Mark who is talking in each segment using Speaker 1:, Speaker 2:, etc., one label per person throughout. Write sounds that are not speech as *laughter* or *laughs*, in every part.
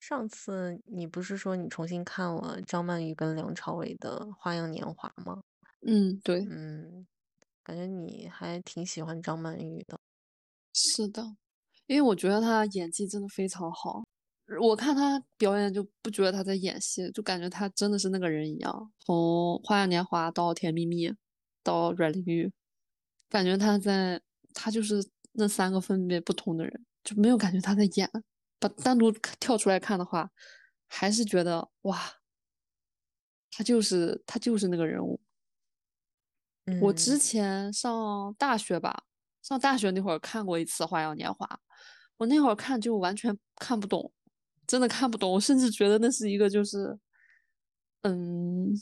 Speaker 1: 上次你不是说你重新看了张曼玉跟梁朝伟的《花样年华》吗？
Speaker 2: 嗯，对，
Speaker 1: 嗯，感觉你还挺喜欢张曼玉的。
Speaker 2: 是的，因为我觉得他演技真的非常好，我看他表演就不觉得他在演戏，就感觉他真的是那个人一样，从《花样年华》到《甜蜜蜜》，到《阮玲玉》，感觉他在，他就是那三个分别不同的人，就没有感觉他在演。把单独看跳出来看的话，还是觉得哇，他就是他就是那个人物。我之
Speaker 1: 嗯
Speaker 2: 前上大学吧，上大学那会儿看过一次《花样年华》，我那会儿看就完全看不懂，真的看不懂。我甚至觉得那是一个就是，嗯，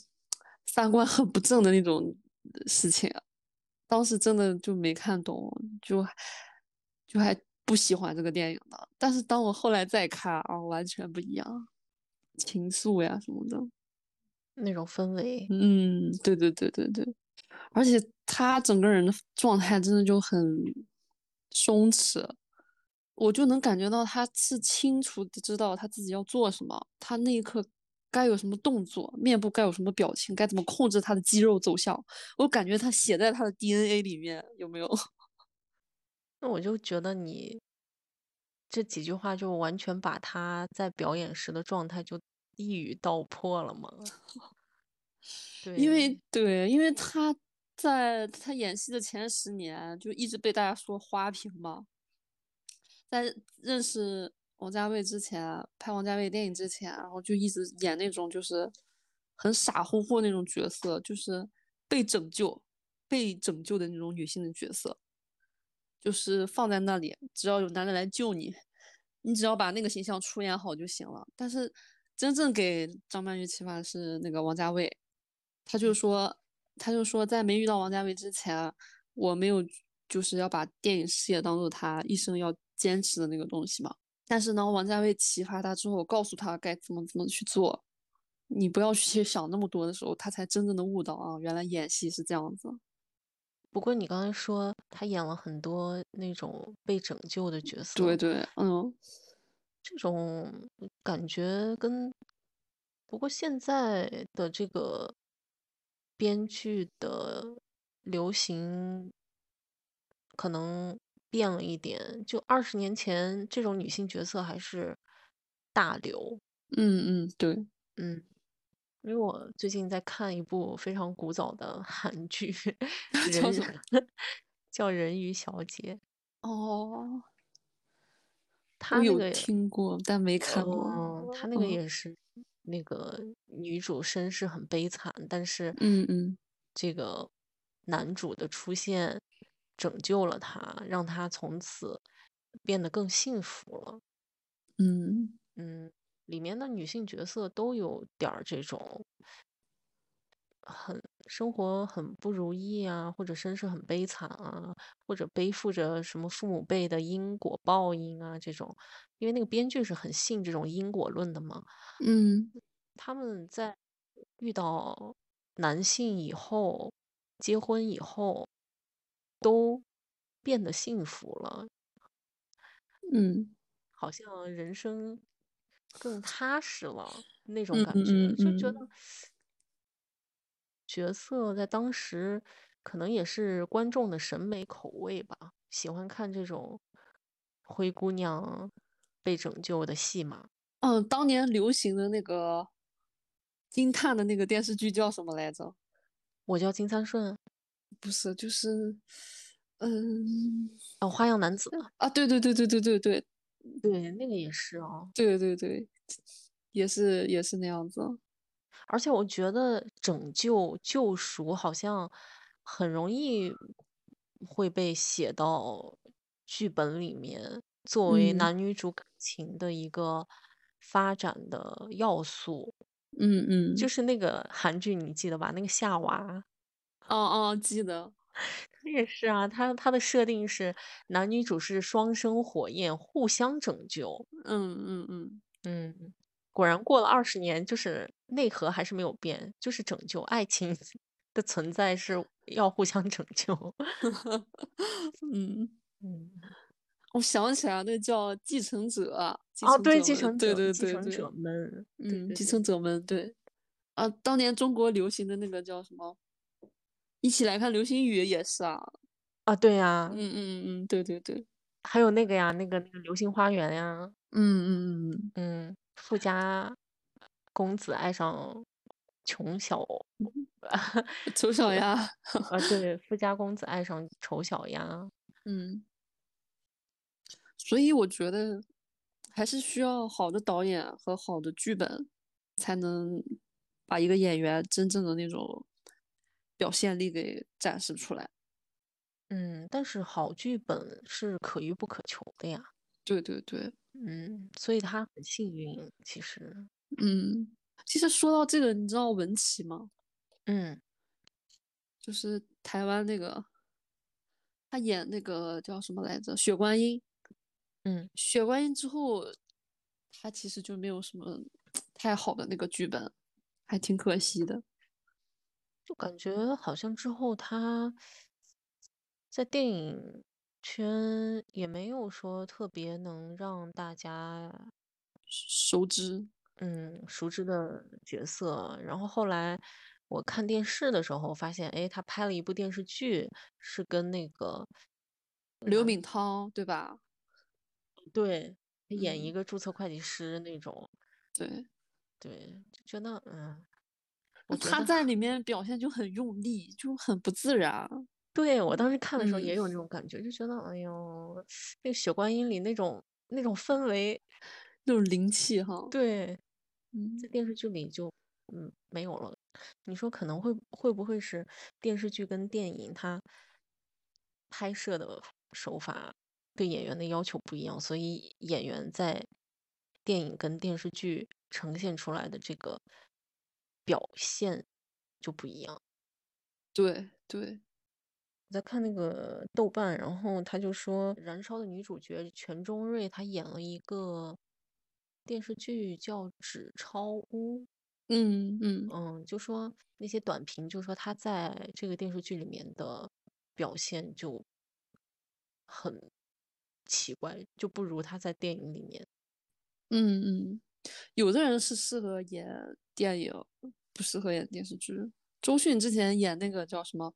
Speaker 2: 三观很不正的那种呃事情。当时真的就没看懂，就就还不喜欢这个电影的。但是当我后来再看啊，完全不一样，情愫呀什么的。
Speaker 1: 那种氛围，
Speaker 2: 嗯，对对对对对。而且他整个人的状态真的就很松弛，我就能感觉到他是清楚的知道他自己要做什么，他那一刻该有什么动作，面部该有什么表情，该怎么控制他的肌肉走向，我感觉他写在他的 DNA 里面，有没有？
Speaker 1: 那我就觉得你这几句话就完全把她在表演时的状态就一语道破了嘛。
Speaker 2: *laughs* 因为
Speaker 1: 对，
Speaker 2: 对，因为他在他演戏的前十年就一直被大家说花瓶嘛，在认识王家卫之前，拍王家卫电影之前，然后就一直演那种就是很傻乎乎那种角色，就是被拯救、被拯救的那种女性的角色，就是放在那里，只要有男的来救你，你只要把那个形象出演好就行了。但是真正给张曼玉启发的是那个王家卫，他
Speaker 1: 嗯
Speaker 2: 就说，他就说在没遇到王家卫之前。我没有就是要把电影事业当做他一生要坚持的那个东西嘛。但是呢，王家卫启发他之后，告诉他该怎么怎么去做，你不要去想那么多的时候，他才真正的悟到啊，原来演戏是这样子。
Speaker 1: 不过你刚才说她演了很多那种被拯救的角
Speaker 2: 对
Speaker 1: 色，
Speaker 2: 对，嗯，
Speaker 1: 这种感觉跟，不过现在的这个编剧的流行可能变了一点，就二十年前这种女性角色还是大流。
Speaker 2: 嗯嗯，对，
Speaker 1: 嗯，因为我最近在看一部非常古早的 *laughs* 韩剧，
Speaker 2: *laughs* 叫
Speaker 1: 人
Speaker 2: 什么？
Speaker 1: 叫《人鱼小姐》，
Speaker 2: 哦，我
Speaker 1: 她那
Speaker 2: 有
Speaker 1: 个
Speaker 2: 听过，但没看过。
Speaker 1: 嗯，他那个
Speaker 2: 嗯
Speaker 1: 也是，那个女主身世很悲惨，但是
Speaker 2: 嗯嗯
Speaker 1: 这个男主的出现拯救了她，让她从此变得更幸福了。
Speaker 2: 嗯，
Speaker 1: 嗯，里面的女性角色都有点儿这种很生活很不如意啊，或者身世很悲惨啊，或者背负着什么父母辈的因果报应啊这种，因为那个编剧是很信这种因果论的嘛。
Speaker 2: 嗯
Speaker 1: 他们在遇到男性以后，结婚以后，都变得幸福了，
Speaker 2: 嗯
Speaker 1: 好像人生更踏实了那种
Speaker 2: 嗯
Speaker 1: 感觉，
Speaker 2: 嗯
Speaker 1: 就觉
Speaker 2: 嗯
Speaker 1: 得角色在当时可能也是观众的审美口味吧，喜欢看这种灰姑娘被拯救的戏码。
Speaker 2: 嗯，当年流行的那个金叹的那个电视剧叫什么来着？
Speaker 1: 我叫金三顺，
Speaker 2: 不是，就是，嗯，
Speaker 1: 哦，花样男子，
Speaker 2: *laughs* 啊，对对对对对对对
Speaker 1: 对，那个也是哦。
Speaker 2: 对对对，也是也是那样子。
Speaker 1: 而且我觉得拯救、救赎好像很容易会被写到剧本里面，作为
Speaker 2: 嗯
Speaker 1: 男女主感情的一个发展的要素。
Speaker 2: 嗯
Speaker 1: 就
Speaker 2: 嗯，
Speaker 1: 是那个韩剧，你记得吧？那个夏娃，
Speaker 2: 哦哦，记得，
Speaker 1: 她也是啊，她她的设定是男女主是双生火焰，互相拯救。
Speaker 2: 嗯嗯嗯，
Speaker 1: 嗯，果然过了二十年，就是内核还是没有变，就是拯救爱情的存在 *laughs* 是要互相拯救。
Speaker 2: 嗯，
Speaker 1: 嗯，
Speaker 2: 我想起来，那个叫《继承者》继
Speaker 1: 哦，对，
Speaker 2: 者
Speaker 1: 继
Speaker 2: 们
Speaker 1: 承
Speaker 2: 对对
Speaker 1: 继
Speaker 2: 对
Speaker 1: 承
Speaker 2: 对，
Speaker 1: 者们，对
Speaker 2: 嗯，
Speaker 1: 对
Speaker 2: 继
Speaker 1: 对
Speaker 2: 承者们，对，啊，当年中国流行的那个叫什么？一起来看流星雨也是啊，
Speaker 1: 啊，对呀
Speaker 2: 嗯，嗯嗯嗯，对对对，
Speaker 1: 还有那个呀，那个那个流星花园呀，
Speaker 2: 嗯嗯嗯
Speaker 1: 嗯，富家公子爱上穷小，
Speaker 2: *laughs* 嗯，丑小鸭，
Speaker 1: 啊，对，富家公子爱上丑小鸭，
Speaker 2: *laughs* 嗯，所以我觉得还是需要好的导演和好的剧本，才能把一个演员真正的那种表现力给展示出来。
Speaker 1: 嗯，但是好剧本是可遇不可求的呀，
Speaker 2: 对对对，
Speaker 1: 嗯，所以他很幸运，其实，
Speaker 2: 嗯，其实说到这个，你知道文琪吗？
Speaker 1: 嗯，
Speaker 2: 就是台湾那个，他演那个叫什么来着，《血观音》。
Speaker 1: 嗯，
Speaker 2: 雪观音之后，他其实就没有什么太好的那个剧本，还挺可惜的。
Speaker 1: 就感觉好像之后他在电影圈也没有说特别能让大家
Speaker 2: 熟知，
Speaker 1: 嗯熟知的角色。然后后来我看电视的时候发现，哎，他拍了一部电视剧，是跟那个嗯
Speaker 2: 刘敏涛对吧？
Speaker 1: 对他演一
Speaker 2: 嗯，
Speaker 1: 个注册会计师那种，
Speaker 2: 对。
Speaker 1: 对，就觉得嗯，我
Speaker 2: 那
Speaker 1: 觉
Speaker 2: 他
Speaker 1: 得
Speaker 2: 在里面表现就很用力，就很不自然。
Speaker 1: 对，我当时看的时候
Speaker 2: 嗯，
Speaker 1: 也有那种感觉，就觉得哎呦，那个《血观音》里那种那种氛围，
Speaker 2: 那种灵气哈。
Speaker 1: 对，在
Speaker 2: 嗯，
Speaker 1: 电视剧里就嗯没有了。你说可能会会不会是电视剧跟电影它拍摄的手法对演员的要求不一样，所以演员在电影跟电视剧呈现出来的这个表现就不一样。
Speaker 2: 对对，
Speaker 1: 我在看那个豆瓣，然后他就说《燃烧》的女主角全钟瑞，她演了一个电视剧叫《纸钞屋》，
Speaker 2: 嗯嗯
Speaker 1: 嗯，就说那些短评就说她在这个电视剧里面的表现就很奇怪，就不如她在电影里面。
Speaker 2: 嗯嗯，有的人是适合演电影，不适合演电视剧。周迅之前演那个叫什么，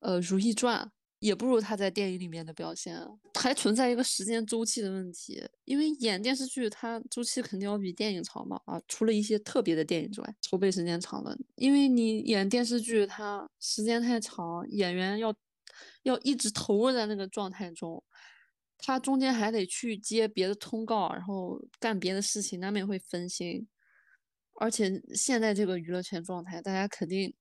Speaker 2: 呃，《如懿传》，也不如她在电影里面的表现啊，还存在一个时间周期的问题。因为演电视剧，它周期肯定要比电影长嘛，啊，除了一些特别的电影之外，筹备时间长了。因为你演电视剧，它时间太长，演员要要一直投入在那个状态中，他中间还得去接别的通告，然后干别的事情，难免会分心。而且现在这个娱乐圈状态，大家肯定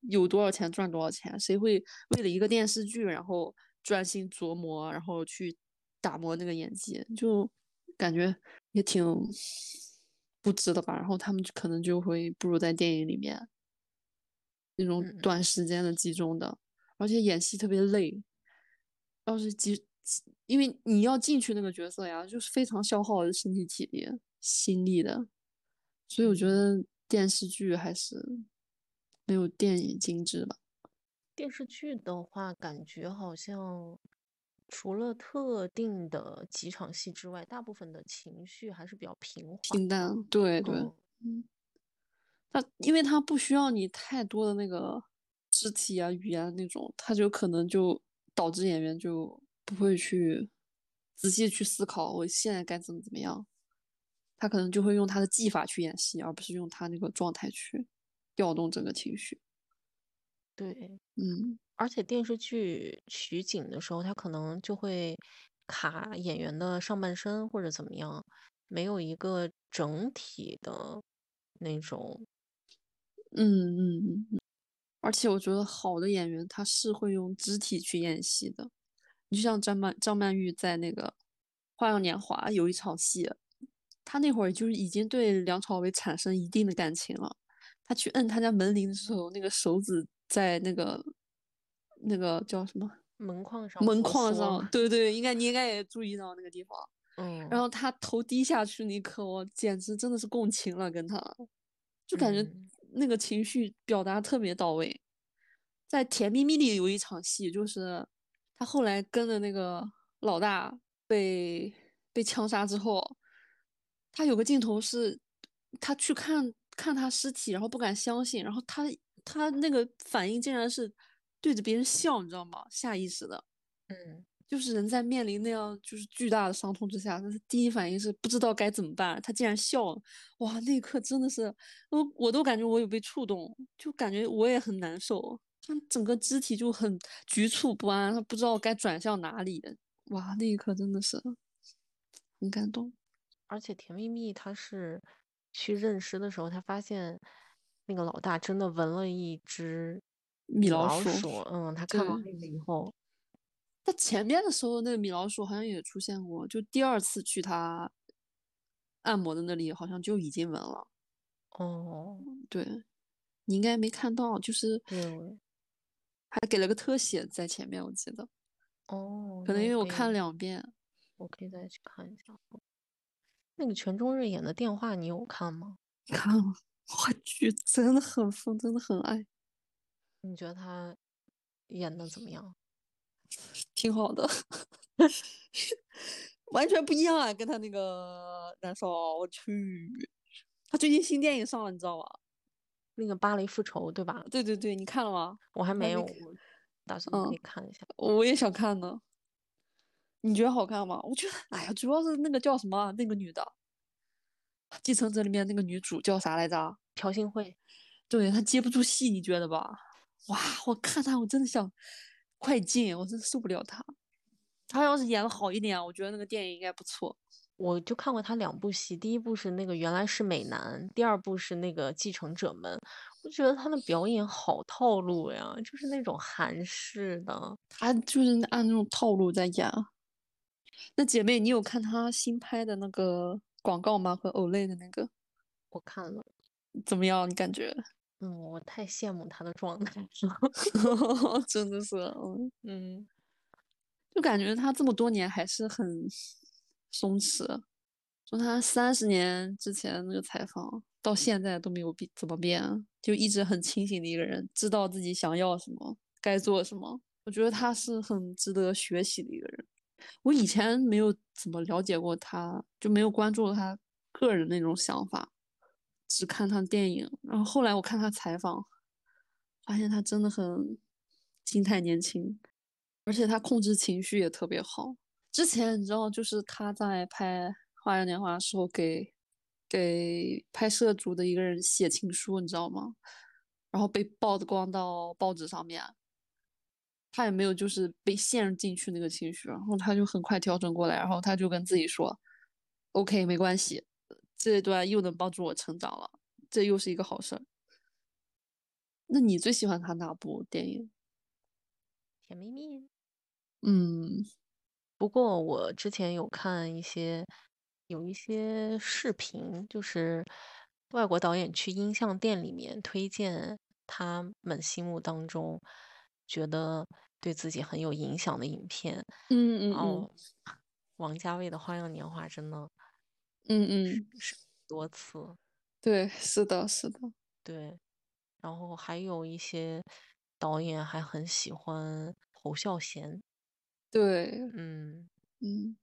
Speaker 2: 有多少钱赚多少钱，谁会为了一个电视剧，然后专心琢磨，然后去打磨那个演技，就感觉也挺不值得吧。然后他们就可能就会不如在电影里面那种
Speaker 1: 嗯
Speaker 2: 短时间的集中的，而且演戏特别累。要是集，集因为你要进去那个角色呀，就是非常消耗身体体力、心力的。所以我觉
Speaker 1: 嗯，
Speaker 2: 得电视剧还是没有电影精致吧。
Speaker 1: 电视剧的话，感觉好像除了特定的几场戏之外，大部分的情绪还是比较平缓
Speaker 2: 清
Speaker 1: 的。
Speaker 2: 淡，对对，
Speaker 1: 嗯，
Speaker 2: 嗯，它因为它不需要你太多的那个肢体啊、语言那种，它就可能就导致演员就不会去仔细去思考我现在该怎么怎么样，他可能就会用他的技法去演戏，而不是用他那个状态去调动整个情绪。
Speaker 1: 对。
Speaker 2: 嗯，
Speaker 1: 而且电视剧取景的时候，它可能就会卡演员的上半身或者怎么样，没有一个整体的那种。
Speaker 2: 嗯嗯嗯嗯，而且我觉得好的演员他是会用肢体去演戏的，你就像张曼张曼玉在那个《花样年华》有一场戏，她那会儿就是已经对梁朝伟产生一定的感情了，她去摁他家门铃的时候，那个手指在那个那个叫什么
Speaker 1: 门框上
Speaker 2: 门
Speaker 1: 婆
Speaker 2: 框
Speaker 1: 娑
Speaker 2: 上，
Speaker 1: 嘛，
Speaker 2: 对对，应该你应该也注意到那个地方。然
Speaker 1: 嗯
Speaker 2: 后他头低下去那一刻，我简直真的是共情了，跟他，就感觉
Speaker 1: 嗯
Speaker 2: 那个情绪表达特别到位。在《甜蜜蜜》里有一场戏，就是他后来跟着那个老大被被枪杀之后，他有个镜头是他去看看他尸体，然后不敢相信，然后他他那个反应竟然是对着别人笑，你知道吗？下意识的，
Speaker 1: 嗯，
Speaker 2: 就是人在面临那样就是巨大的伤痛之下，他第一反应是不知道该怎么办，他竟然笑了，哇，那一刻真的是我我都感觉我有被触动，就感觉我也很难受。他整个肢体就很局促不安，他不知道该转向哪里。哇，那一刻真的是很感动。
Speaker 1: 而且甜蜜蜜她是去认尸的时候，她发现那个老大真的闻了一只
Speaker 2: 米老
Speaker 1: 老
Speaker 2: 鼠
Speaker 1: 嗯，她看完那个以后，
Speaker 2: 他前面的时候，那个米老鼠好像也出现过，就第二次去他按摩的那里，好像就已经闻了。
Speaker 1: 哦，
Speaker 2: 对，你应该没看到，就是
Speaker 1: 对，我
Speaker 2: 还给了个特写在前面，我记得，
Speaker 1: 哦，
Speaker 2: 可能
Speaker 1: 那
Speaker 2: 因为我
Speaker 1: 可以
Speaker 2: 看，两遍。
Speaker 1: 我可以再去看一下。那个全中瑞演的电话，你有看吗？
Speaker 2: 看了，我去，真的很疯，真的很爱，
Speaker 1: 你觉得他演的怎么样？
Speaker 2: 挺好的， *laughs* 完全不一样啊，跟他那个燃烧，我去，他最近新电影上了，你知道吗？
Speaker 1: 那个《巴黎复仇》对吧？
Speaker 2: 对对对，你看了吗？
Speaker 1: 我还没
Speaker 2: 没
Speaker 1: 有，
Speaker 2: 看
Speaker 1: 我打算可
Speaker 2: 嗯
Speaker 1: 以看一下。
Speaker 2: 我也想看呢。你觉得好看吗？我觉得，哎呀，主要是那个叫什么啊那个女的，《继承者》里面那个女主叫啥来着？啊
Speaker 1: 朴信惠，
Speaker 2: 对，她接不住戏，你觉得吧？哇，我看她，我真的想快进，我真的受不了她。她要是演的好一点，我觉得那个电影应该不错。
Speaker 1: 我就看过他两部戏，第一部是那个原来是美男，第二部是那个继承者们。我觉得他的表演好套路呀，就是那种韩式的。
Speaker 2: 她就是按那种套路在演啊。那姐妹，你有看她新拍的那个广告吗？和 Olay 的那个
Speaker 1: 我看了，
Speaker 2: 怎么样？你感觉？
Speaker 1: 嗯，我太羡慕他的状态了。 *laughs*
Speaker 2: *laughs* 真的是，嗯。
Speaker 1: 嗯，
Speaker 2: 就感觉他这么多年还是很松弛，从他三十年之前的那个采访到现在都没有变，怎么变啊，就一直很清醒的一个人，知道自己想要什么，该做什么。我觉得他是很值得学习的一个人。我以前没有怎么了解过他，就没有关注他个人那种想法，只看他的电影。然后后来我看他采访，发现他真的很心态年轻，而且他控制情绪也特别好。之前你知道，就是他在拍《花样年华》的时候给给拍摄组的一个人写情书，你知道吗？然后被曝光到报纸上面，他也没有就是被陷入进去那个情绪，然后他就很快调整过来，然后他就跟自己说：“OK，没关系，这一段又能帮助我成长了，这又是一个好事儿。”那你最喜欢他哪部电影？
Speaker 1: 甜蜜蜜。
Speaker 2: 嗯，
Speaker 1: 不过我之前有看一些，有一些视频，就是外国导演去音像店里面推荐他们心目当中觉得对自己很有影响的影片。
Speaker 2: 嗯嗯
Speaker 1: 哦，王家卫的《花样年华》真的
Speaker 2: 嗯嗯，
Speaker 1: 是多次，
Speaker 2: 对，是的，是的，
Speaker 1: 对。然后还有一些导演还很喜欢侯孝贤，
Speaker 2: 对，
Speaker 1: 嗯，
Speaker 2: 嗯，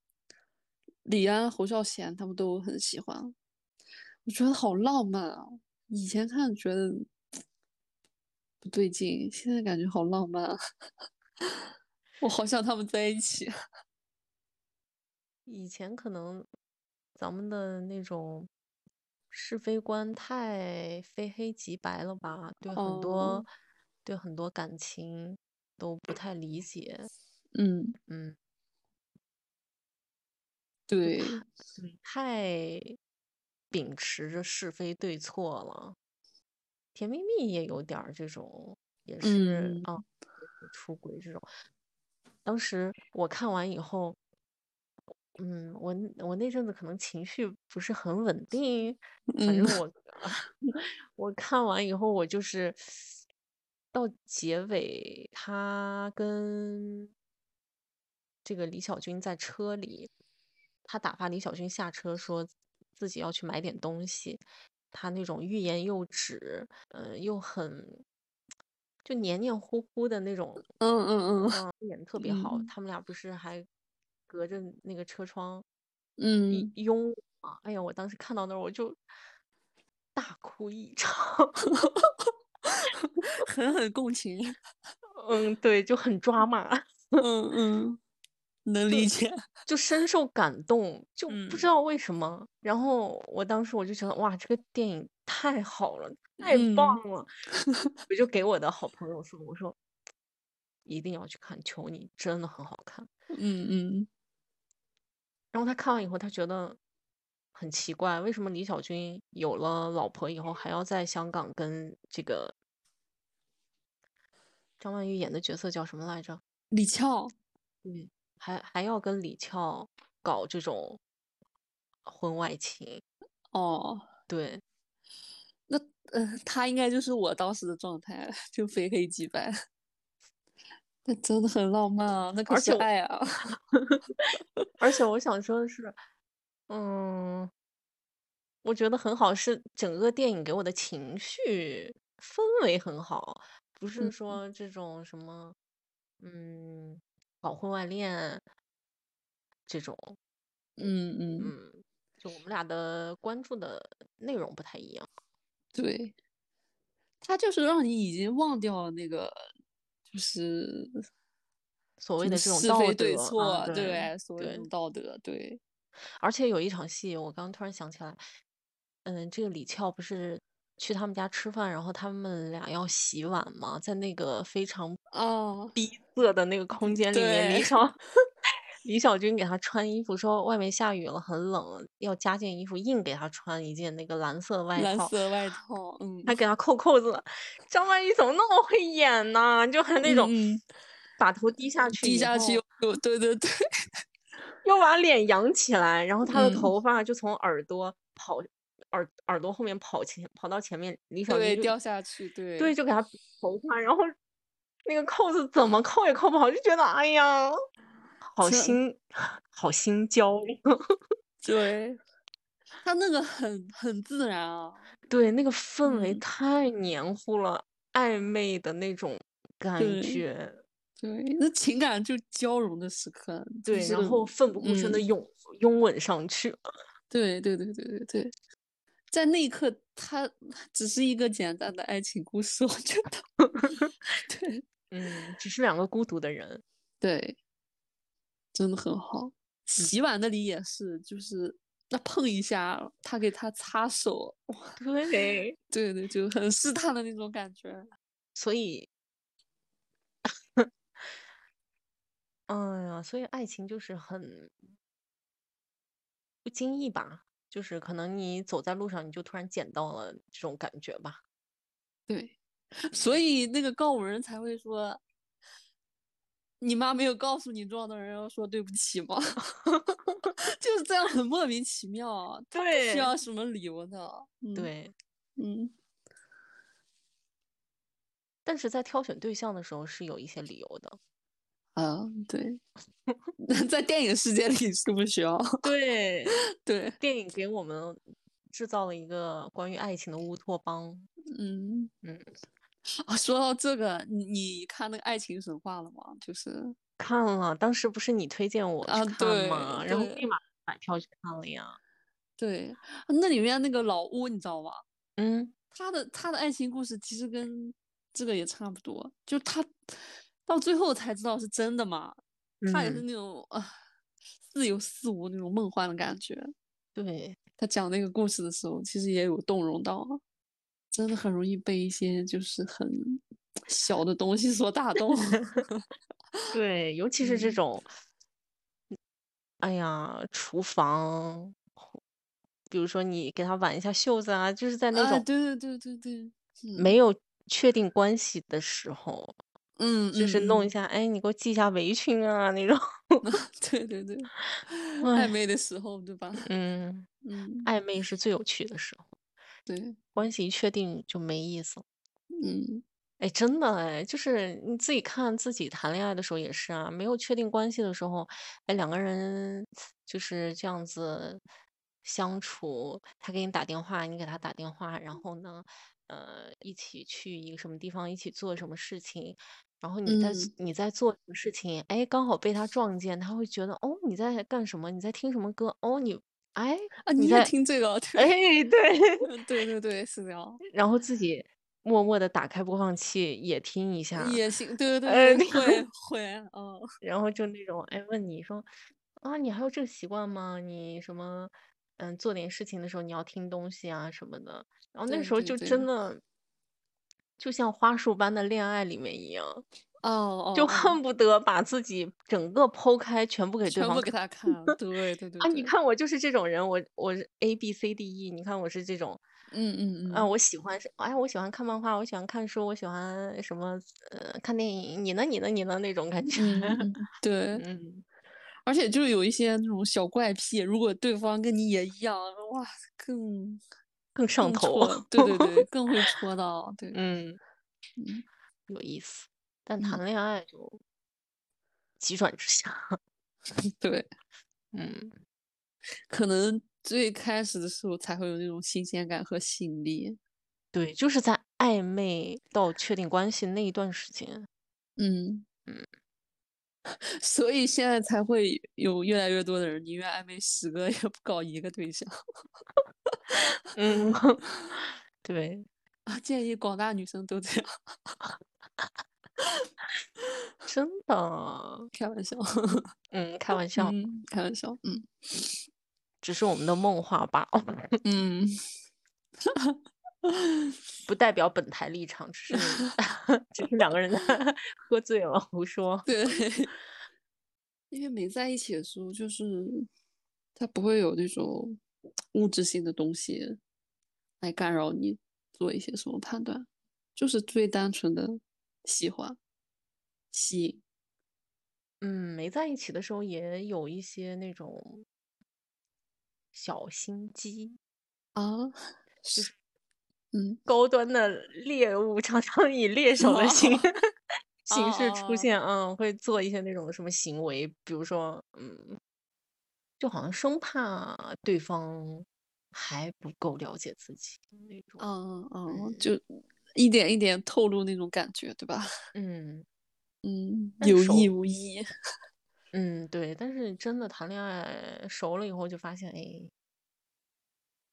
Speaker 2: 李安、侯孝贤他们都很喜欢，我觉得好浪漫啊！以前看觉得不对劲，现在感觉好浪漫啊！ *laughs* 我好想他们在一起。啊
Speaker 1: 以前可能咱们的那种是非观太非黑即白了吧，对很多
Speaker 2: 哦
Speaker 1: 对很多感情都不太理解，
Speaker 2: 嗯，
Speaker 1: 嗯，
Speaker 2: 对，
Speaker 1: 对，嗯太秉持着是非对错了。甜蜜蜜也有点儿这种，也
Speaker 2: 嗯
Speaker 1: 是啊，出轨这种。当时我看完以后，嗯，我那我那阵子可能情绪不是很稳定，反正
Speaker 2: 嗯
Speaker 1: 我我 *laughs* 看完以后，我就是到结尾，他跟这个李小军在车里，他打发李小军下车，说自己要去买点东西。他那种欲言又止，嗯、又很就黏黏糊糊的那种，
Speaker 2: 嗯嗯嗯，
Speaker 1: 嗯，演得特别好。
Speaker 2: 嗯
Speaker 1: 他们俩不是还隔着那个车窗一
Speaker 2: 嗯，
Speaker 1: 拥我嘛，哎呀，我当时看到那儿我就大哭一场，
Speaker 2: *laughs* 狠狠共情，
Speaker 1: 嗯，对，就很抓马，
Speaker 2: 嗯嗯，能理解，
Speaker 1: 就深受感动，就不知
Speaker 2: 嗯
Speaker 1: 道为什么。然后我当时我就觉得，哇，这个电影太好了，太
Speaker 2: 嗯，
Speaker 1: 棒
Speaker 2: *laughs*
Speaker 1: 了！我就给我的好朋友说，我说一定要去看，求你，真的很好看。
Speaker 2: 嗯嗯
Speaker 1: 然后他看完以后，他觉得很奇怪，为什么李小军有了老婆以后，还要在香港跟这个张曼玉演的角色叫什么来着？
Speaker 2: 李翘，
Speaker 1: 对，还还要跟李翘搞这种婚外情？
Speaker 2: 哦，
Speaker 1: 对。
Speaker 2: 那呃，他应该就是我当时的状态，就非黑即白， *laughs* 那真的很浪漫啊，那可
Speaker 1: 而
Speaker 2: 是
Speaker 1: 且我，
Speaker 2: 爱啊，
Speaker 1: 而且我想说的是，嗯，我觉得很好，是整个电影给我的情绪氛围很好，不是
Speaker 2: 嗯
Speaker 1: 说这种什么，嗯，搞婚外恋这种，
Speaker 2: 嗯嗯，
Speaker 1: 嗯，就我们俩的关注的内容不太一样。
Speaker 2: 对。他就是让你已经忘掉了那个，就是
Speaker 1: 所
Speaker 2: 什
Speaker 1: 谓
Speaker 2: 么
Speaker 1: 的这种
Speaker 2: 是
Speaker 1: 道
Speaker 2: 非对
Speaker 1: 德啊，
Speaker 2: 错，
Speaker 1: 对
Speaker 2: 对，所谓那
Speaker 1: 对，
Speaker 2: 种道德，对，
Speaker 1: 而且有一场戏，我刚突然想起来，嗯，这个李翘不是去他们家吃饭，然后他们俩要洗碗嘛，在那个非常
Speaker 2: 啊，
Speaker 1: 逼仄的那个空间里面，
Speaker 2: 对，
Speaker 1: 李小
Speaker 2: *laughs*
Speaker 1: 李小军给他穿衣服，说外面下雨了，很冷，要加件衣服，硬给他穿一件那个蓝色的外
Speaker 2: 蓝
Speaker 1: 套，
Speaker 2: 色外套，嗯
Speaker 1: 还给他扣扣子。张曼玉怎么那么会演呢？就还那种
Speaker 2: 嗯
Speaker 1: 把头低下
Speaker 2: 嗯，
Speaker 1: 去
Speaker 2: 低
Speaker 1: 以
Speaker 2: 下去
Speaker 1: 后。
Speaker 2: 又又对对对，
Speaker 1: 又把脸扬起来，然后他的
Speaker 2: 嗯，
Speaker 1: 头发就从耳朵跑耳耳朵后面跑前跑到前面，李小军
Speaker 2: 对，
Speaker 1: 就
Speaker 2: 掉下去，
Speaker 1: 对
Speaker 2: 对，
Speaker 1: 就给他头发，然后那个扣子怎么扣也扣不好，就觉得哎呀，好
Speaker 2: 这
Speaker 1: 心好心焦，
Speaker 2: 对他那个很很自然啊，
Speaker 1: 对那个氛围
Speaker 2: 嗯，
Speaker 1: 太黏糊了，暧昧的那种感
Speaker 2: 对
Speaker 1: 觉，
Speaker 2: 对，那情感就交融的时刻，就
Speaker 1: 对，
Speaker 2: 是
Speaker 1: 然后奋不顾身的
Speaker 2: 嗯，
Speaker 1: 拥拥吻上去，
Speaker 2: 对对对对对对。在那一刻，它只是一个简单的爱情故事，我觉得。
Speaker 1: *laughs*
Speaker 2: 对 *laughs*
Speaker 1: 嗯，只是两个孤独的人，
Speaker 2: 对，真的很好。
Speaker 1: 嗯，
Speaker 2: 洗碗那里也是，就是那碰一下，他给他擦手，哇，
Speaker 1: *laughs* 对，
Speaker 2: 对对，就很试探的那种感觉。
Speaker 1: 所以。哎呀，所以爱情就是很不经意吧，就是可能你走在路上，你就突然捡到了这种感觉吧。
Speaker 2: 对，所以那个告五人才会说，你妈没有告诉你撞到人，要说对不起吗？ *laughs* 就是这样，很莫名其妙
Speaker 1: *laughs*
Speaker 2: 啊，他不需
Speaker 1: 对
Speaker 2: 要什么理由的。嗯
Speaker 1: 对，
Speaker 2: 嗯。
Speaker 1: 但是在挑选对象的时候是有一些理由的。
Speaker 2: 啊， *laughs* 对，在电影世界里是不需 *laughs* 要，
Speaker 1: 对，
Speaker 2: 对，
Speaker 1: 电影给我们制造了一个关于爱情的乌托邦。
Speaker 2: 嗯，
Speaker 1: 嗯，
Speaker 2: 啊，说到这个，你你看那个《爱情神话》了吗？就是，
Speaker 1: 看了，当时不是你推荐我去
Speaker 2: 啊，
Speaker 1: 看
Speaker 2: 对
Speaker 1: 吗？然后立
Speaker 2: 对
Speaker 1: 马买票去看了呀。
Speaker 2: *sniffs* 对，那里面那个老乌你知道吗？
Speaker 1: 嗯，
Speaker 2: 他的他的爱情故事其实跟这个也差不多，就他到最后才知道是真的嘛，他也是
Speaker 1: 嗯，
Speaker 2: 那种啊似有似无那种梦幻的感觉。
Speaker 1: 对，
Speaker 2: 他讲那个故事的时候，其实也有动容到啊。真的很容易被一些就是很小的东西所打
Speaker 1: *laughs*
Speaker 2: 动。
Speaker 1: 对，尤其是这
Speaker 2: 嗯，
Speaker 1: 种，哎呀，厨房。比如说你给他挽一下袖子啊，就是在那
Speaker 2: 啊，
Speaker 1: 种
Speaker 2: 对对对对对，
Speaker 1: 没
Speaker 2: 嗯
Speaker 1: 有确定关系的时候，
Speaker 2: 嗯
Speaker 1: 就是弄一
Speaker 2: *laughs* 嗯
Speaker 1: 下，哎，你给我系一下围裙啊那种，
Speaker 2: 嗯，对对对，暧
Speaker 1: 哎，
Speaker 2: 昧的时候，对吧？
Speaker 1: 嗯，
Speaker 2: 嗯，
Speaker 1: 暧昧是最有趣的时候，
Speaker 2: 对，
Speaker 1: 关系一确定就没意思了。
Speaker 2: 嗯
Speaker 1: 哎，真的哎，就是你自己看自己谈恋爱的时候也是啊，没有确定关系的时候，哎，两个人就是这样子相处，他给你打电话，你给他打电话，然后呢，呃，一起去一个什么地方，一起做什么事情，然后你在
Speaker 2: 嗯
Speaker 1: 你在做什么事情，哎，刚好被他撞见，他会觉得哦你在干什么？你在听什么歌？哦你哎
Speaker 2: 啊，
Speaker 1: 你
Speaker 2: 你也
Speaker 1: 在
Speaker 2: 听这个？
Speaker 1: *laughs* 哎
Speaker 2: 对，
Speaker 1: 对，
Speaker 2: 对对对，是这哦样，
Speaker 1: 然后自己默默的打开播放器也听一下，
Speaker 2: 也行，对对
Speaker 1: 呃
Speaker 2: 对对，会会，嗯，
Speaker 1: 然后就那种哎问你说啊，你还有这个习惯吗？你什么嗯做点事情的时候你要听东西啊什么的。然后那
Speaker 2: 对
Speaker 1: 时候
Speaker 2: 对
Speaker 1: 就
Speaker 2: 对，
Speaker 1: 真的就像花束般的恋爱里面一样，
Speaker 2: 哦
Speaker 1: 就
Speaker 2: 哦哦，
Speaker 1: 恨不得把自己整个剖开，全部给对
Speaker 2: 全
Speaker 1: 方
Speaker 2: 部给
Speaker 1: 看。
Speaker 2: 他看，对对
Speaker 1: *laughs*
Speaker 2: 对
Speaker 1: 啊，你
Speaker 2: 对，
Speaker 1: 看我就是这种人，我我是 A B C D E，你看我是这种，
Speaker 2: 嗯
Speaker 1: 啊，
Speaker 2: 嗯
Speaker 1: 我喜欢是，哎，我喜欢看漫画，我喜欢看书，我喜欢什么，呃，看电影，你呢，你呢，你呢那种感觉，
Speaker 2: 嗯嗯
Speaker 1: *laughs*
Speaker 2: 嗯，对，
Speaker 1: 嗯，
Speaker 2: 而且就是有一些那种小怪癖，如果对方跟你也一样，哇，更
Speaker 1: 更上
Speaker 2: 更
Speaker 1: 头，
Speaker 2: 戳，对对对，更
Speaker 1: *laughs*
Speaker 2: 会戳到，对，
Speaker 1: 嗯，
Speaker 2: 嗯
Speaker 1: 有意思。但谈
Speaker 2: 嗯，
Speaker 1: 恋爱就急转直下，
Speaker 2: 对，
Speaker 1: 嗯，
Speaker 2: 可能最开始的时候才会有那种新鲜感和吸引力，
Speaker 1: 对，就是在暧昧到确定关系那一段时间，
Speaker 2: 嗯，
Speaker 1: 嗯，
Speaker 2: *laughs* 所以现在才会有越来越多的人宁愿暧昧十个 *laughs* 也不搞一个对象
Speaker 1: *laughs* 嗯， *laughs* 对，
Speaker 2: 啊！建议广大女生都这样， *laughs*
Speaker 1: 真的，
Speaker 2: 开玩笑，
Speaker 1: 嗯，开玩笑，
Speaker 2: 嗯，开玩笑，嗯
Speaker 1: *laughs* 只是我们的梦话罢了， *laughs*
Speaker 2: 嗯，
Speaker 1: 不代表本台立场，只是 *laughs* 只是两个人在 *laughs* 喝醉了胡说。
Speaker 2: 对。 *laughs* 因为没在一起的时候，就是他不会有那种物质性的东西来干扰你做一些什么判断，就是最单纯的喜欢、吸引。
Speaker 1: 嗯，没在一起的时候也有一些那种小心机，
Speaker 2: 啊，
Speaker 1: 就是是
Speaker 2: 嗯，
Speaker 1: 高端的猎物常常以猎手的
Speaker 2: 哦
Speaker 1: 形
Speaker 2: 啊
Speaker 1: *laughs* 形式出
Speaker 2: 啊
Speaker 1: 现，嗯，会做一些那种什么行为，比如说，嗯，就好像生怕对方还不够了解自己那种，
Speaker 2: 啊啊！
Speaker 1: 嗯
Speaker 2: 就一点一点透露那种感觉，对吧？
Speaker 1: 嗯，
Speaker 2: 嗯，
Speaker 1: 但
Speaker 2: 有意
Speaker 1: 熟，
Speaker 2: 无意。
Speaker 1: 嗯，对，但是真的谈恋爱熟了以后，就发现，哎，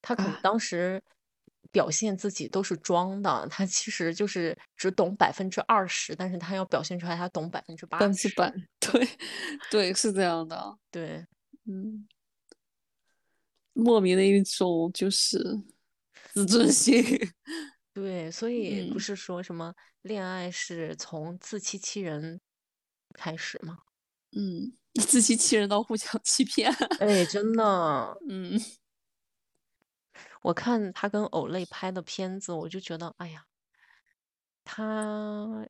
Speaker 1: 他可能
Speaker 2: 啊，
Speaker 1: 当时表现自己都是装的，他其实就是只懂百分之二十，但是他要表现出来他懂百分之
Speaker 2: 百
Speaker 1: 八
Speaker 2: 分之
Speaker 1: 十。
Speaker 2: 百， *laughs* 对，对，是这样的。啊
Speaker 1: 对，
Speaker 2: 嗯，莫名的一种就是自尊心。 *laughs*
Speaker 1: 对，所以不
Speaker 2: 嗯，
Speaker 1: 是说什么恋爱是从自欺欺人开始吗？
Speaker 2: 嗯，自欺欺人到互相欺骗。 *laughs*
Speaker 1: 哎，真的，
Speaker 2: 嗯，
Speaker 1: 我看他跟偶类拍的片子，我就觉得，哎呀，他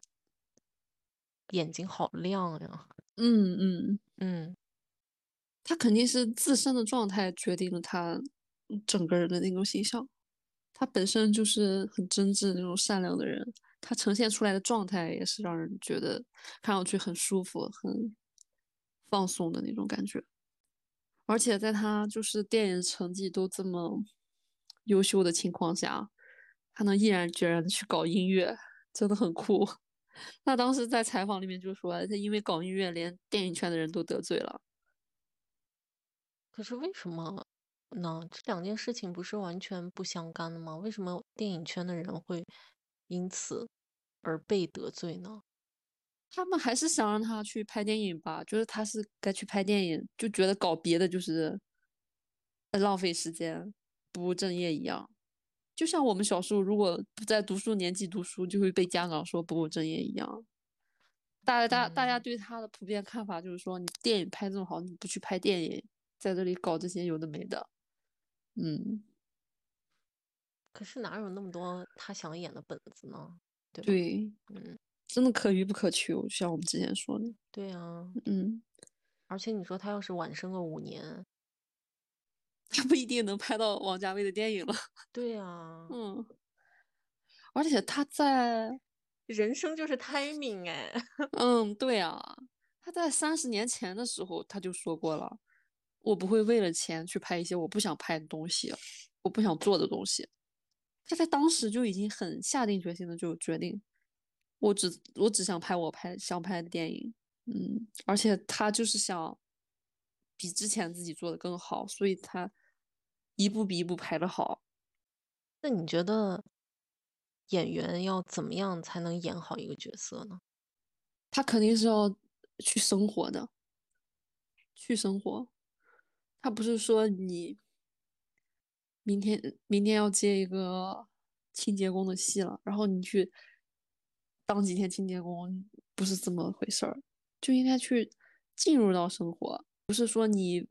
Speaker 1: 眼睛好亮呀。
Speaker 2: 嗯嗯，
Speaker 1: 嗯，
Speaker 2: 他肯定是自身的状态决定了他嗯整个人的那种形象。他本身就是很真挚的那种善良的人，他呈现出来的状态也是让人觉得看上去很舒服、很放松的那种感觉。而且在他就是电影成绩都这么优秀的情况下，他能毅然决然的去搞音乐，真的很酷。 *laughs* 他当时在采访里面就说，哎他因为搞音乐，连电影圈的人都得罪了。
Speaker 1: 可是为什么呢？这两件事情不是完全不相干的吗？为什么电影圈的人会因此而被得罪呢？
Speaker 2: 他们还是想让他去拍电影吧，就是他是该去拍电影，就觉得搞别的就是浪费时间、不务正业一样。就像我们小时候如果不在读书年纪读书，就会被家长说不务正业一样。大家大大家
Speaker 1: 嗯，
Speaker 2: 对他的普遍看法就是说，你电影拍这么好，你不去拍电影，在这里搞这些有的没的，嗯，
Speaker 1: 可是哪有那么多他想演的本子呢？对吧？
Speaker 2: 对，
Speaker 1: 嗯，
Speaker 2: 真的可遇不可求，就像我们之前说的，
Speaker 1: 对啊。
Speaker 2: 嗯，
Speaker 1: 而且你说他要是晚生个五年，
Speaker 2: 他不一定能拍到王家卫的电影了，
Speaker 1: 对啊，
Speaker 2: 嗯，而且他在，
Speaker 1: 人生就是 timing 哎。 *laughs*
Speaker 2: 嗯，对啊，他在三十年前的时候他就说过了，我不会为了钱去拍一些我不想拍的东西，我不想做的东西，他在当时就已经很下定决心的就决定。我只我只想拍我拍想拍的电影，嗯，而且他就是想比之前自己做的更好，所以他一步比一步拍的好。
Speaker 1: 那你觉得演员要怎么样才能演好一个角色呢？
Speaker 2: 他肯定是要去生活的，去生活。他不是说你明天明天要接一个清洁工的戏了，然后你去当几天清洁工，不是这么回事儿，就应该去进入到生活，不是说你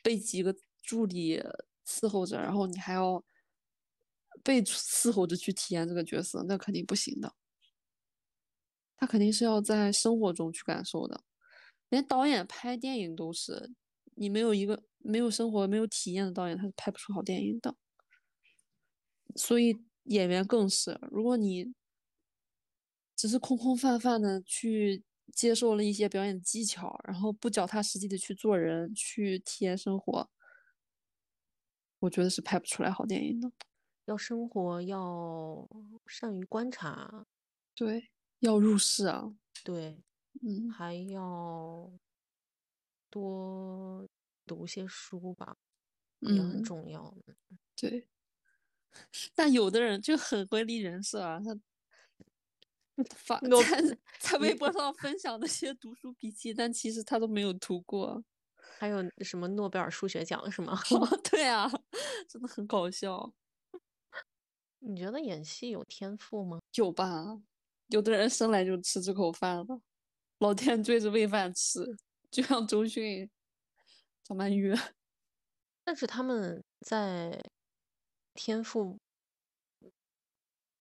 Speaker 2: 被几个助理伺候着，然后你还要被伺候着去体验这个角色，那肯定不行的。他肯定是要在生活中去感受的，连导演拍电影都是，你没有一个没有生活、没有体验的导演，他是拍不出好电影的。所以演员更是，如果你只是空空泛泛的去接受了一些表演技巧，然后不脚踏实地的去做人、去体验生活，我觉得是拍不出来好电影的。
Speaker 1: 要生活，要善于观察，
Speaker 2: 对，要入世啊，
Speaker 1: 对，
Speaker 2: 嗯，
Speaker 1: 还要多读些书吧，也很
Speaker 2: 嗯
Speaker 1: 重要。
Speaker 2: 对，但有的人就很会立人设啊，他发
Speaker 1: 我
Speaker 2: 在 *laughs* 在微
Speaker 1: 你
Speaker 2: 博上分享那些读书笔记，但其实他都没有读
Speaker 1: *laughs*
Speaker 2: 过。
Speaker 1: 还有什么诺贝尔数学奖是吗？ *laughs*
Speaker 2: 对啊， *laughs* 真的很搞笑。
Speaker 1: 你觉得演戏有天赋吗？
Speaker 2: 有吧？有的人生来就吃这口饭了，老天追着喂饭吃，就像周迅、张
Speaker 1: *laughs*
Speaker 2: 曼玉。
Speaker 1: 但是他们在天赋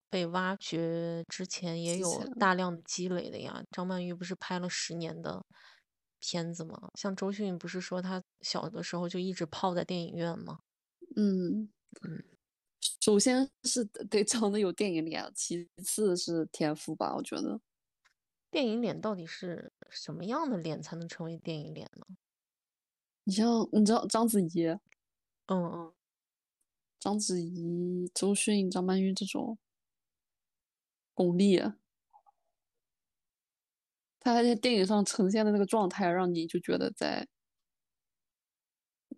Speaker 1: 被挖掘之前，也
Speaker 2: 之
Speaker 1: 有
Speaker 2: 前
Speaker 1: 大量的积累的呀。张曼玉不是拍了十年的片子吗？像周迅不是说她小的时候就一直泡在电影院吗？
Speaker 2: 嗯
Speaker 1: 嗯，
Speaker 2: 首先是得得长得有电影脸，其次是天赋吧，我觉得。
Speaker 1: 电影脸到底是什么样的脸才能成为电影脸呢？
Speaker 2: 你像，你知道章子怡，
Speaker 1: 嗯嗯，
Speaker 2: 章子怡、周迅、张曼玉这种，巩俐，啊她在电影上呈现的那个状态，让你就觉得在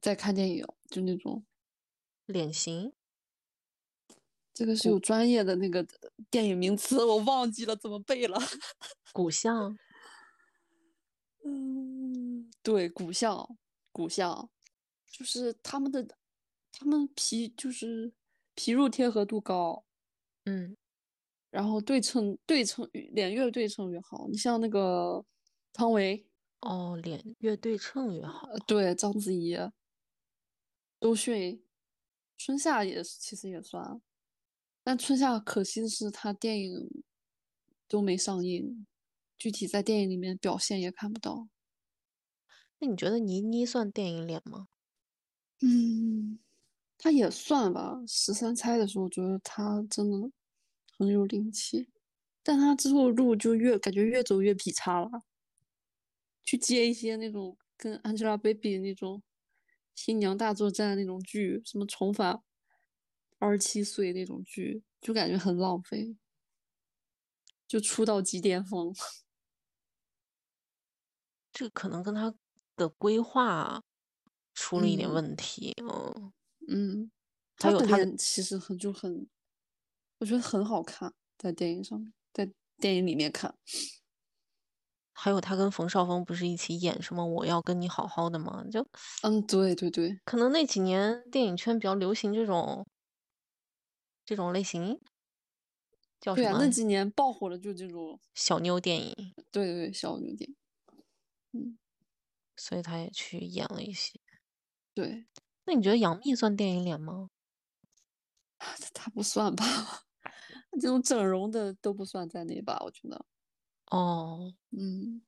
Speaker 2: 在看电影，就那种
Speaker 1: 脸型
Speaker 2: 这个是有专业的那个电影名词，我忘记了怎么背了。 *laughs*
Speaker 1: 骨相，
Speaker 2: 嗯，对，骨相，骨相，就是他们的，他们皮就是皮肉贴合度高，
Speaker 1: 嗯，
Speaker 2: 然后对称对称脸越对称越好。你像那个汤唯，
Speaker 1: 哦，脸越对称越好。
Speaker 2: 呃，对，章子怡，周迅，春夏也是，其实也算，但春夏可惜的是，她电影都没上映，具体在电影里面表现也看不到。
Speaker 1: 那你觉得倪妮算电影脸吗？
Speaker 2: 嗯，她也算吧。十三钗的时候，觉得她真的很有灵气，但她之后路就越感觉越走越劈叉了，去接一些那种跟 Angelababy 那种新娘大作战那种剧，什么重返二十七岁那种剧，就感觉很浪费，就出道即巅峰。
Speaker 1: 这可能跟他的规划出了一点
Speaker 2: 嗯
Speaker 1: 问题，嗯，
Speaker 2: 嗯，
Speaker 1: 还
Speaker 2: 她
Speaker 1: 有
Speaker 2: 的
Speaker 1: 她的
Speaker 2: 脸其实很就很，我觉得很好看，在电影上面，在电影里面看。
Speaker 1: 还有他跟冯绍峰不是一起演什么我要跟你好好的吗？就
Speaker 2: 嗯，对对对，
Speaker 1: 可能那几年电影圈比较流行这种这种类型，叫
Speaker 2: 对
Speaker 1: 什
Speaker 2: 呀、
Speaker 1: 么
Speaker 2: 那几年爆火的就这种，
Speaker 1: 小妞电影，
Speaker 2: 对对小女点，嗯，
Speaker 1: 所以他也去演了一些。
Speaker 2: 对， *laughs*
Speaker 1: 那你觉得杨幂算电影脸吗？
Speaker 2: 她她不算吧， *laughs* 这种整容的都不算在内吧，我觉得，
Speaker 1: 哦，
Speaker 2: 嗯，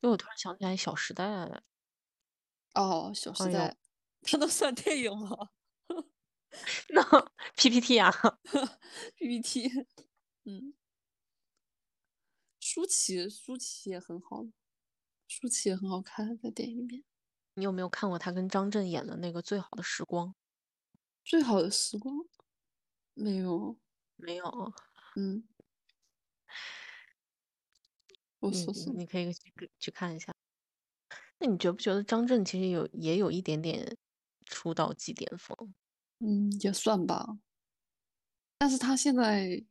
Speaker 1: 因为我突然想起来《小时代》，啊
Speaker 2: 哦，《小时
Speaker 1: 哎呦
Speaker 2: 代》它能算电影吗
Speaker 1: *laughs*
Speaker 2: *laughs*
Speaker 1: 那 PPT 啊，
Speaker 2: ？PPT，嗯，舒淇，舒淇也很好，舒淇也很好看，在电影里面，
Speaker 1: 你有没有看过他跟张震演的那个《最好的时光》？
Speaker 2: 最好的时光没有，
Speaker 1: 啊没有。
Speaker 2: 嗯，我
Speaker 1: 你
Speaker 2: 搜搜，
Speaker 1: 嗯你可以去去看一下。那你觉不觉得张震其实有也有一点点出道即巅峰？
Speaker 2: 嗯，也算吧。但是他现在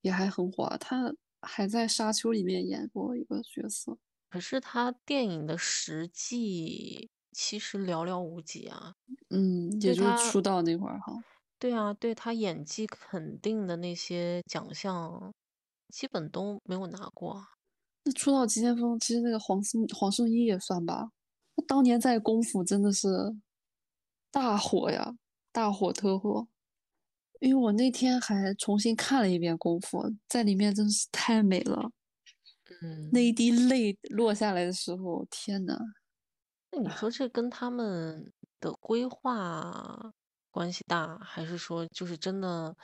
Speaker 2: 也还很火啊，他还在《沙丘》里面演过一个角色。
Speaker 1: 可是他电影的实际其实寥寥无几啊。
Speaker 2: 嗯，
Speaker 1: 对
Speaker 2: 也就是
Speaker 1: 他
Speaker 2: 出道那会儿哈。
Speaker 1: 对啊，对他演技肯定的那些奖项，基本都没有拿过啊。
Speaker 2: 那出道即巅峰，其实那个黄圣黄圣依也算吧。他当年在功夫真的是大火呀，大火特火。因为我那天还重新看了一遍功夫，在里面真是太美了。
Speaker 1: 嗯，
Speaker 2: 那一滴泪落下来的时候，天呐，
Speaker 1: 那你说这跟他们的规划关系大，还是说就是真的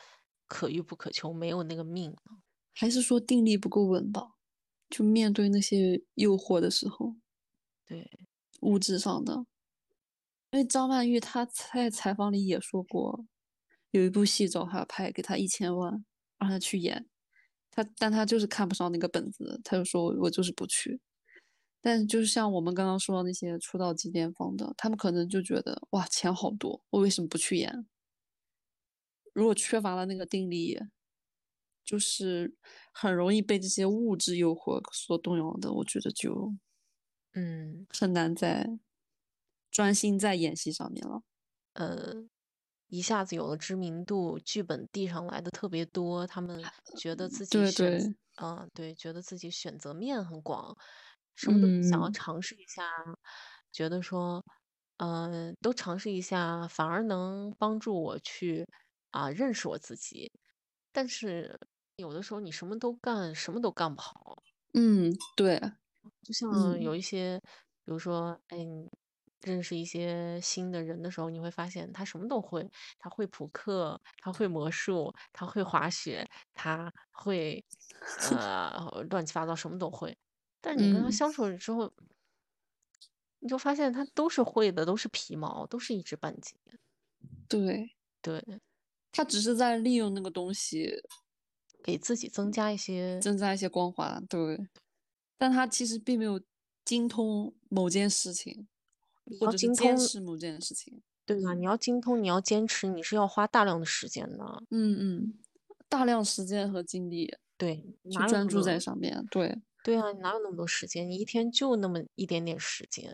Speaker 1: 可遇不可求，没有那个命啊呢？
Speaker 2: 还是说定力不够稳吧？就面对那些诱惑的时候，
Speaker 1: 对，
Speaker 2: 物质上的。因为张曼玉她在采访里也说过，有一部戏找她拍，给她一千万，让她去演，她但她就是看不上那个本子，她就说我就是不去。但就是像我们刚刚说的那些出道即巅峰的，他们可能就觉得哇钱好多，我为什么不去演？如果缺乏了那个定力，就是很容易被这些物质诱惑所动摇的，我觉得就
Speaker 1: 嗯，
Speaker 2: 很难再专心在演戏上面了。
Speaker 1: 呃，一下子有了知名度，剧本递上来的特别多，他们觉得自己
Speaker 2: 对
Speaker 1: 选
Speaker 2: 对，
Speaker 1: 啊，对，觉得自己选择面很广，什么都想要
Speaker 2: 嗯
Speaker 1: 尝试一下，觉得说，嗯、都尝试一下，反而能帮助我去啊认识我自己。但是有的时候你什么都干，什么都干不好。
Speaker 2: 嗯，对，
Speaker 1: 就像
Speaker 2: 嗯
Speaker 1: 有一些，比如说，哎，你认识一些新的人的时候，你会发现他什么都会，他会扑克，他会魔术，他会滑雪，他会呃乱七八糟什么都会。但是你跟他
Speaker 2: 嗯，
Speaker 1: 相处了之后，你就发现他都是会的，都是皮毛，都是一知半解。
Speaker 2: 对，
Speaker 1: 对，
Speaker 2: 他只是在利用那个东西
Speaker 1: 给自己增加一些，
Speaker 2: 嗯增加一些光环，对，但他其实并没有精通某件事情，
Speaker 1: 你
Speaker 2: 或
Speaker 1: 要
Speaker 2: 者是
Speaker 1: 精
Speaker 2: 坚
Speaker 1: 通，
Speaker 2: 持某件事情。
Speaker 1: 对
Speaker 2: 嗯
Speaker 1: 啊，你要精通，你要坚持，你是要花大量的时间的。
Speaker 2: 嗯嗯，大量时间和精力
Speaker 1: 对，
Speaker 2: 去
Speaker 1: 哪有
Speaker 2: 专
Speaker 1: 那
Speaker 2: 注在
Speaker 1: 么
Speaker 2: 上面，对，
Speaker 1: 对啊，你哪有那么多时间？你一天就那么一点点时间。